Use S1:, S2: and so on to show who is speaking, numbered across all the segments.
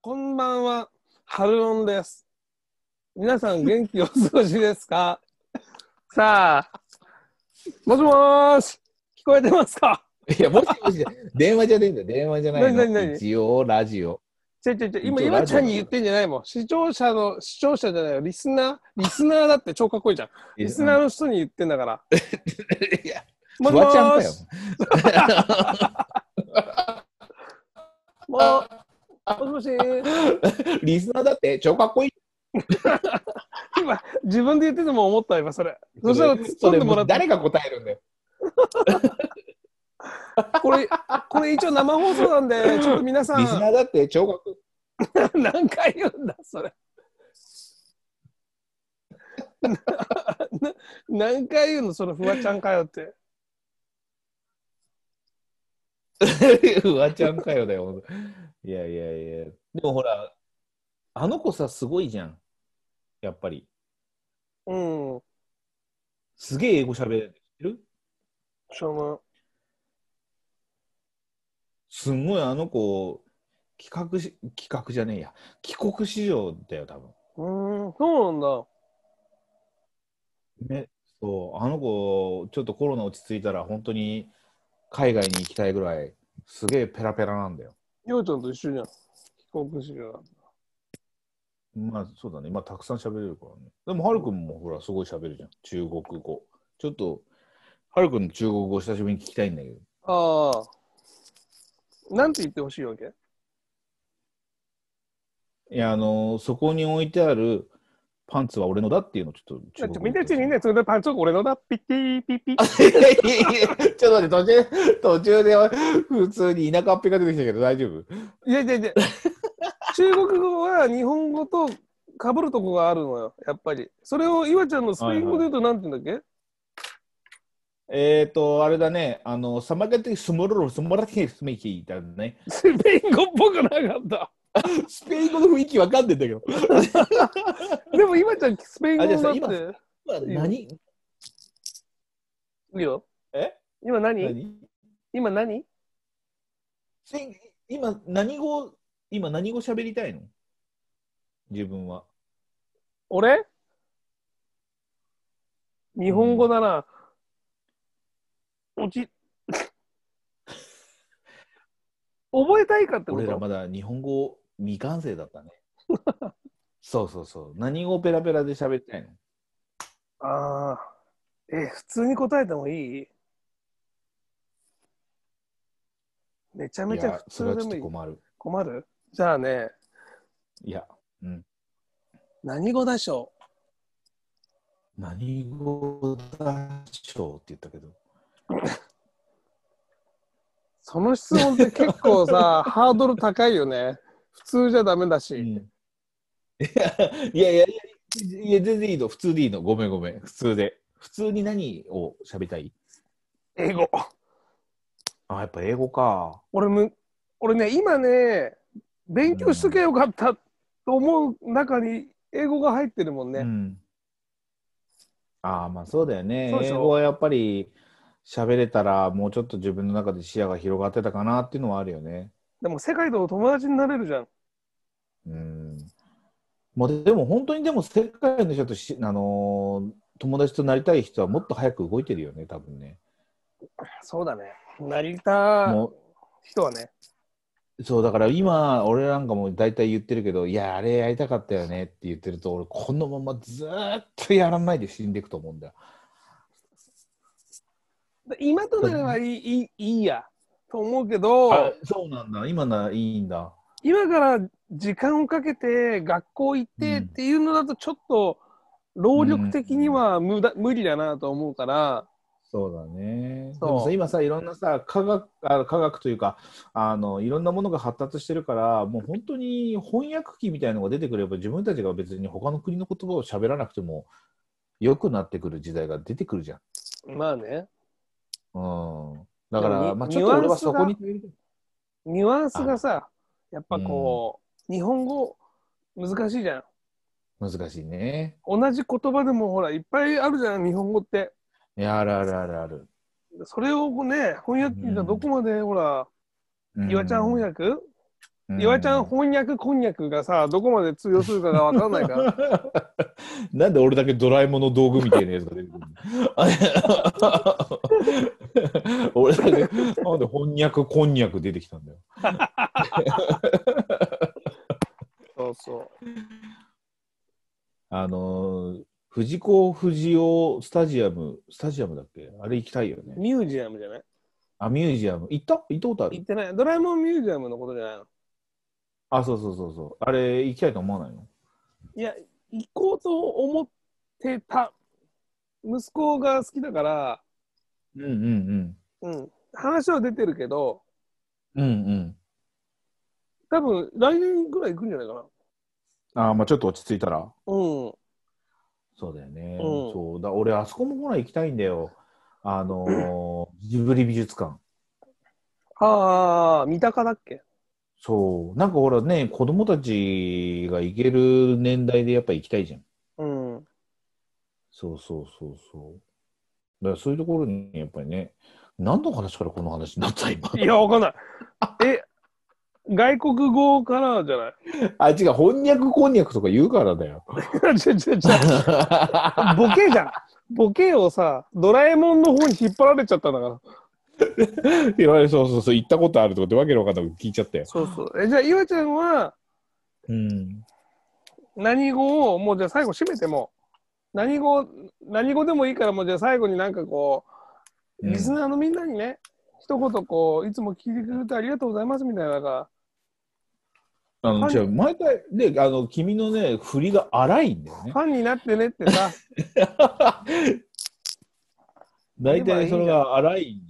S1: こんばんは、ハルオンです。皆さん元気お過ごしです かさあ、もしもーし、聞こえてますか
S2: いや、もしもしじゃ、電話じゃねえんだよ。電話じゃない
S1: 何何何
S2: の。一応、ラジオ。
S1: ちょいちょいちょい、今、
S2: 一応
S1: 今
S2: ラジ
S1: ち
S2: オ
S1: ゃんに言ってんじゃないもん。視聴者の、視聴者じゃないよ。リスナー、リスナーだって超かっこいいじゃん。リスナーの人に言ってんだから。
S2: いや、
S1: もし
S2: フ
S1: も
S2: ワちゃん
S1: ー
S2: かよ
S1: し、。もう、もしもし、
S2: リスナーだって、超かっこいい。
S1: 今、自分で言ってても思った、今、それ。そしたら突っ
S2: そ
S1: 込ん
S2: れ
S1: でもら
S2: も
S1: っ
S2: う
S1: て、
S2: 誰が答えるんだよ。
S1: これ、これ一応生放送なんで、ちょっと皆さ
S2: リス
S1: ん、
S2: ナーだって、超かっこい い。
S1: 何回言うんだそれ なな何回言うのそのフワちゃんかよって
S2: フワちゃんかよだよ。いやいやいや。でもほら、あの子さ、すごいじゃん。やっぱり。
S1: うん
S2: すげえ英語喋れる。知ってる
S1: しょうも
S2: すんごいあの子、企画し、企画じゃねえや。帰国子女だよ、多分。
S1: うーんそうなんだ
S2: ね、そう、あの子、ちょっとコロナ落ち着いたら、本当に海外に行きたいぐらい、すげえペラペラなんだよ。
S1: ようちゃんと一緒じゃん帰国子女だ
S2: まあ、そうだね、まあ、たくさん喋れるからね。でも、はるくんもほら、すごい喋るじゃん、中国語。ちょっと、はるくんの中国語、久しぶりに聞きたいんだけど、
S1: ああなんて言ってほしいわけ
S2: いや、あのーそこに置いてあるパンツは俺のだっていうの、ちょっと
S1: ち
S2: 中
S1: ょ
S2: 国
S1: みんなち
S2: ちょ
S1: に
S2: っ
S1: ねそれでパンツを俺のだピッピーピッピー
S2: と 待って、途中、途中で普通に田舎っぺが出てきたけど、大丈夫
S1: いやいやいや中国語は日本語とかぶるとこがあるのよやっぱりそれを岩ちゃんのスペイン語で言うとなんて言うんだっけ、
S2: えーと、あれだね、あの、サマゲティスモロロ、スモラティスメキだね。
S1: スペイン語っぽくなかった。
S2: スペイン語の雰囲気わかんねえんだけど。
S1: でも今ちゃんスペイン語
S2: あじゃあさ
S1: になって
S2: 何
S1: いいよ。
S2: え
S1: 今何
S2: 何
S1: 今何
S2: せん今、何語、今何語喋りたいの自分は。
S1: 俺日本語だな。落ち。 覚えたいかってこ
S2: 俺ら
S1: と
S2: まだ日本語未完成だったね。 そうそうそう。何語ペラペラで喋りたいの
S1: ああ。え、普通に答えてもいいめちゃめち
S2: い
S1: ゃ
S2: や
S1: 普
S2: そ
S1: 通
S2: れは
S1: で
S2: ちょっ
S1: もい
S2: と
S1: い。
S2: 困る。
S1: 困るじゃあね、
S2: いや、うん。
S1: 何語でしょ
S2: 何語だっしょうって言ったけど。
S1: うその質問って結構 さ、ハードル高いよね。普通じゃダメだし。
S2: いやいやいやいや全然いいの普通でいいのごめんごめん普通で普通に何を喋りたい
S1: 英語。
S2: あやっぱ英語か
S1: 俺む、俺ね、今ね、勉強しときゃよかったと思う中に英語が入ってるもんね。
S2: うんああまあそうだよね
S1: そうでし
S2: 英
S1: ょ
S2: 語はやっぱり喋れたらもうちょっと自分の中で視野が広がってたかなっていうのはあるよね
S1: でも世界と友達になれるじゃん。
S2: うんまあでも本当にでも世界の人としあのー友達となりたい人はもっと早く動いてるよね多分ね
S1: そうだね。なりた
S2: もう
S1: 人はね。
S2: そうだから今俺なんかも大体言ってるけどいやあれやりたかったよねって言ってると俺このままずーっとやらないで死んでいくと思うんだよ
S1: で今となればいいいいいいやと思うけ
S2: あ
S1: ど、
S2: そうなんだ今ならいいんだ
S1: 今から時間をかけて学校行ってっていうのだとちょっと労力的には無駄、無理だなと思うから、
S2: そうだね
S1: そう
S2: でもさ今さいろんなさ科学あ科学というかあのいろんなものが発達してるからもう本当に翻訳機みたいのが出てくれば自分たちが別に他の国の言葉を喋らなくても良くなってくる時代が出てくるじゃん
S1: まあね、
S2: うんだか
S1: でも
S2: ら
S1: ニ
S2: まあちょっと俺
S1: ニュアン
S2: は
S1: スが
S2: そこに頼りたい
S1: ニュアンスがさ、やっぱこう、日本語難しいじゃん。
S2: 難しいね
S1: 同じ言葉でもほら、いっぱいあるじゃん、日本語って。
S2: いやあるあるあるある
S1: それをこうね、翻訳機がどこまで、ほら、
S2: う
S1: 岩ちゃん翻訳
S2: う
S1: 岩井ちゃん、翻訳こんにゃくがさ、どこまで通用するかがわかんない から。
S2: なんで俺だけドラえもんの道具みたいなやつが出てくるの あれ俺だけなんで翻訳こんにゃく出てきたんだよ。
S1: そうそう。
S2: あのー藤子不二雄スタジアムスタジアムだっけあれ行きたいよね。
S1: ミュージアムじゃない
S2: あミュージアム行った行ったことあ
S1: 行っ
S2: る
S1: てない。ドラえもんミュージアムのことじゃないの
S2: あそうそうそうそうあれ行きたいと思わないの
S1: いや、行こうと思ってた。息子が好きだから、
S2: うんうん
S1: うん。話は出てるけど、
S2: うんうんうん
S1: 多分来年ぐらい行くんじゃないかな。
S2: あーまあちょっと落ち着いたら
S1: うん。
S2: そうだよ
S1: う
S2: ね、
S1: ん
S2: そうだ俺あそこもほら行きたいんだよあのージブリ美術館
S1: ああ、三鷹だっけ
S2: そうなんかほらね子供たちが行ける年代でやっぱ行きたいじゃん
S1: うん。
S2: そうそうそうそうだからそういうところにやっぱりね何の話からこの話になった今
S1: いや、わかんない。え、外国語からじゃない
S2: あ違う翻訳こんにゃくとか言うからだよ
S1: 違う違う違う。ボケじゃん。ボケをさ、ドラえもんの方に引っ張られちゃったんだから。
S2: 言われそうそうそう行ったことあるとかってわけのわかんなく聞いちゃったよ
S1: そうそう。え、じゃあ、いわちゃんは
S2: うん
S1: 何語を、もうじゃあ最後締めても、何語、何語でもいいから、もうじゃあ最後になんかこう、
S2: うん
S1: リスナーのみんなにね、一言こう、いつも聞いてくれてありがとうございますみたいなのが、
S2: あの
S1: はい
S2: 違う毎回ねあの君のね振りが荒いんだよね
S1: ファンになってねってさ、
S2: 大体それが荒い、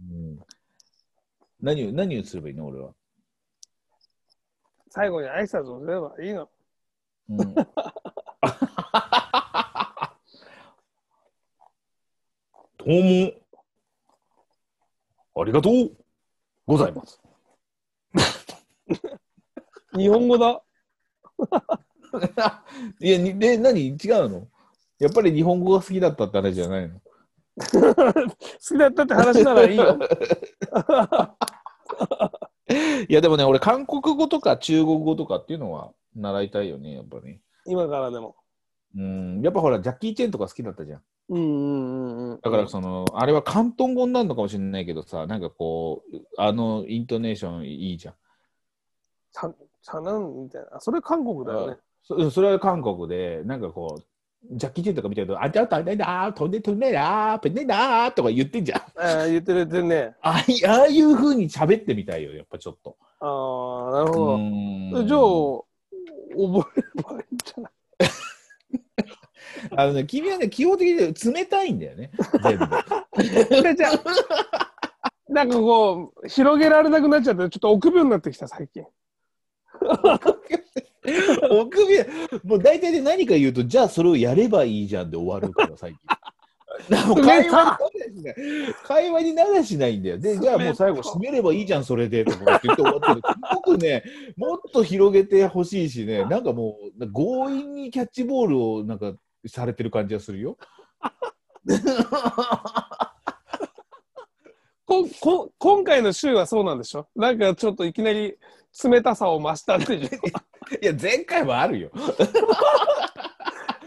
S2: うん、何を何をすればいいの俺は、
S1: 最後に挨拶をすればいいの。
S2: うんどうもありがとうござ います
S1: 日本語だ。
S2: いやにで何違うのやっぱり日本語が好きだったって話じゃないの
S1: 好きだったって話ならいい よ。
S2: いやでもね俺韓国語とか中国語とかっていうのは習いたいよねやっぱね
S1: 今からでも。
S2: うんやっぱほらジャッキー・チェンとか好きだったじゃん
S1: うんうんうんうん。
S2: だからその、あれは広東語になるのかもしれないけどさ、なんかこう、あのイントネーションいいじゃん。
S1: さ、さなんみたいな。あそれ韓国だよね。
S2: そそれは韓国で、なんかこう、ジャッキー・チェンとか見てると、あちゃったねだ、飛んで飛んでだ、ペンでだとか言ってんじゃん。
S1: えー、言ってる言ってるね。
S2: あい ああいうふうに喋ってみたいよ、やっぱちょっと。
S1: ああ、なる
S2: う
S1: ほ
S2: ー
S1: ど。
S2: ん
S1: じゃあ、覚えればいいんじゃ ない
S2: あのね、君はね、基本的に冷たいんだよね、全部。
S1: じゃあじゃあなんかこう、広げられなくなっちゃって、ちょっと臆病になってきた、最近。
S2: 臆病もう大体で何か言うと、じゃあそれをやればいいじゃんで終わるから、最 近。もう会話にならしない会話にならしないんだよ。で、じゃあもう最後、締めればいいじゃん、それでとかって言って終わってる。僕ね、もっと広げてほしいしね、なんかもう、強引にキャッチボールをなんかされてる感じがするよ。
S1: こんこん今回の週はそうなんでしょなんかちょっといきなり冷たさを増したっていう。い
S2: いや、前回もあるよ。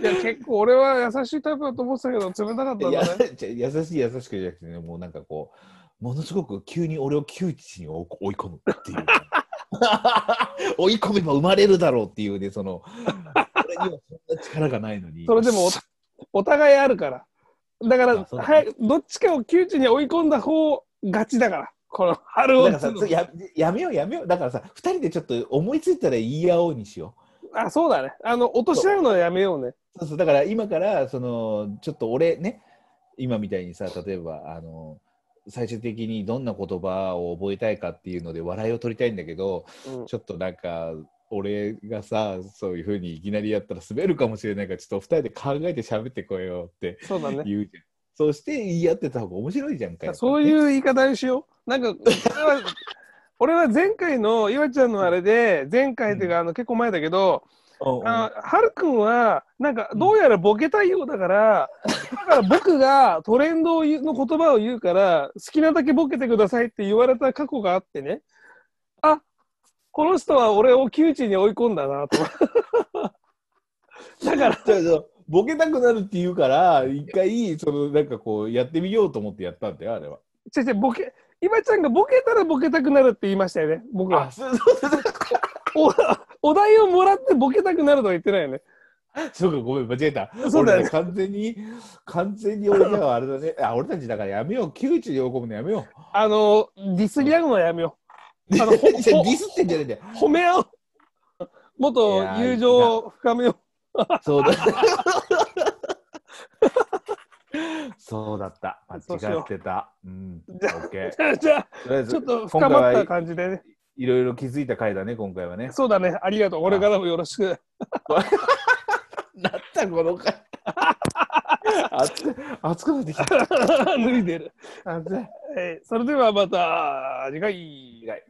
S1: や、結構俺は優しいタイプだと思ってたけど、冷たかったん
S2: いや
S1: だ ね。
S2: じゃ優しい優しくじゃなくてねもうなんかこうものすごく急に俺を窮地に追い 込むっていう追い込めば生まれるだろうっていうねその俺にはそんな力がないのに
S1: それでもお、お互いあるから。だか
S2: あ
S1: ら、
S2: そうだね
S1: 早くどっちかを窮地に追い込んだ方がちだから。この春
S2: だ
S1: を
S2: からさつややめようやめようだからさ2人でちょっと思いついたら言い合おうにしよ
S1: あ、そうだね。あの、落とし合うのはやめようね。
S2: うそうそうだから今からそのちょっと俺ね今みたいにさ例えばあの最終的にどんな言葉を覚えたいかっていうので笑いを取りたいんだけど、
S1: うん
S2: ちょっとなんか俺がさそういうふうにいきなりやったら滑るかもしれないからちょっと二人で考えて喋ってこようって
S1: そうだね。
S2: 言うじゃん。そうして言い合ってた方が面白いじゃんかよ。
S1: そういう言い方にしよう。なんか、俺は、俺は前回の、岩ちゃんのあれで、前回っていうか、あの、結構前だけど、
S2: うんうん。
S1: あの、はるくんは、なんか、どうやらボケたいようだから、だから僕がトレンドを言うの言葉を言うから、好きなだけボケてくださいって言われた過去があってね、あ、この人は俺を窮地に追い込んだなと。 だから、
S2: じゃあじゃあボケたくなるって言うから、一回、その、なんかこう、やってみようと思ってやったんだよ、あれは。
S1: 先生、ボケ、今ちゃんがボケたらボケたくなるって言いましたよね、僕は。
S2: そうそうそうそう
S1: おお題をもらってボケたくなるとは言ってないよね。
S2: そうか、ごめん、間違えた。
S1: そうだよね
S2: 俺完全に、完全に俺らはあれだね。あ、俺たちだからやめよう。窮地に追い込むのやめよ
S1: あの、ディスり合うのはやめよ
S2: う。
S1: あのほ
S2: いやディスってんじゃねえんだよ
S1: う。。褒め合おう。もっと友情を深めよ
S2: そうだ。 そうだった。間違ってた。うん。オ
S1: じゃ
S2: ッケ
S1: う。 じゃあ、
S2: ー。とりあえず
S1: ちょっと
S2: 今
S1: 深
S2: 回
S1: まった
S2: は
S1: 感じでね。
S2: いろいろ気づいた回だね、今回はね。
S1: そうだね、ありがとう。俺からもよろしく。
S2: なったこの回。 熱熱くなってきた。
S1: 脱いでる。
S2: 熱い。
S1: えーそれではまた次回。
S2: 以外